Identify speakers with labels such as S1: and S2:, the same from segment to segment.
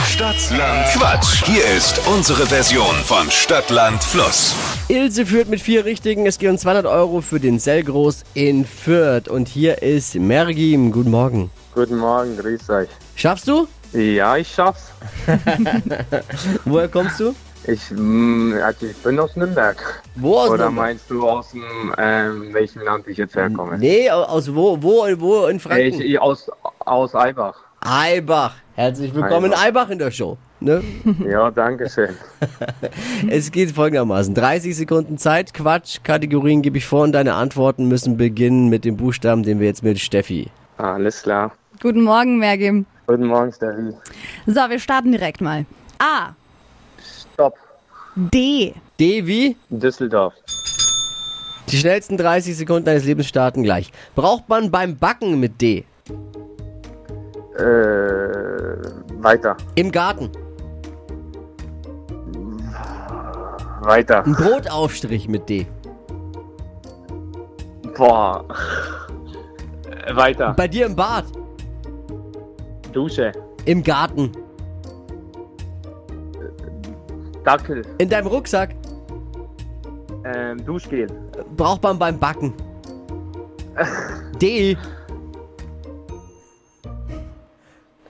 S1: Stadtland Quatsch. Hier ist unsere Version von Stadtland Fluss.
S2: Ilse führt mit vier Richtigen. Es gehen 200 Euro für den Sellgroß in Fürth. Und hier ist Mergim. Guten Morgen.
S3: Guten Morgen, grüß euch.
S2: Schaffst du?
S3: Ja, ich schaff's.
S2: Woher kommst du?
S3: Ich, mm, also ich bin aus Nürnberg.
S2: Wo aus
S3: Oder
S2: Nürnberg?
S3: meinst du aus dem, ähm, welchem Land ich jetzt herkomme?
S2: Nee, au- aus wo? Wo, wo in
S3: Ich,
S2: Franken?
S3: ich aus, aus Eibach.
S2: Eibach. Herzlich willkommen in Eibach in der Show. Ne?
S3: Ja, danke schön.
S2: Es geht folgendermaßen. 30 Sekunden Zeit, Quatsch, Kategorien gebe ich vor und deine Antworten müssen beginnen mit dem Buchstaben, den wir jetzt mit Steffi.
S3: Alles klar.
S4: Guten Morgen, Mergim.
S3: Guten Morgen, Steffi.
S4: So, wir starten direkt mal. A.
S3: Stopp.
S4: D.
S2: D wie?
S3: Düsseldorf.
S2: Die schnellsten 30 Sekunden deines Lebens starten gleich. Braucht man beim Backen mit D?
S3: Äh, weiter.
S2: Im Garten.
S3: Weiter.
S2: Ein Brotaufstrich mit D.
S3: Boah. Äh, Weiter.
S2: Bei dir im Bad.
S3: Dusche.
S2: Im Garten.
S3: Dackel.
S2: In deinem Rucksack.
S3: Ähm, Duschgel.
S2: Braucht man beim Backen. D.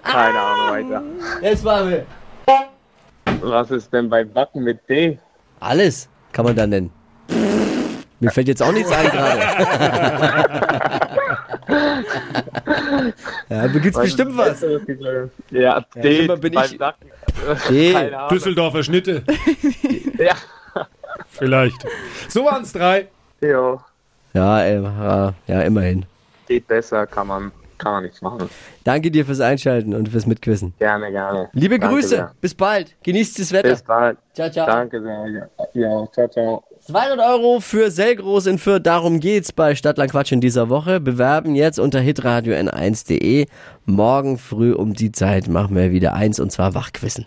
S2: Ah.
S3: Keine Ahnung, weiter.
S2: Es war mir.
S3: Was ist denn bei Backen mit D?
S2: Alles kann man da nennen. Mir fällt jetzt auch nichts ein gerade. ja, da gibt's bestimmt was.
S3: Ja, D.
S2: immer bin
S3: beim
S2: ich-
S3: Backen.
S2: D.
S3: Keine Ahnung.
S5: Düsseldorfer Schnitte.
S3: Ja.
S5: Vielleicht. So waren es drei.
S3: Ja,
S2: Ja, äh, ja, ja, immerhin.
S3: geht besser, kann man gar nichts machen.
S2: Danke dir fürs Einschalten und fürs Mitquissen.
S3: Gerne, gerne.
S2: Liebe
S3: Danke
S2: Grüße,
S3: sehr.
S2: bis bald. Genießt das Wetter.
S3: Bis bald.
S2: Ciao, ciao.
S3: Danke sehr. Ja, ciao, ciao.
S2: 200 Euro für Selgroß in Fürth, darum geht's bei Stadtland Quatsch in dieser Woche. Bewerben jetzt unter hitradio n1.de. Morgen früh um die Zeit machen wir wieder eins und zwar Wachquissen.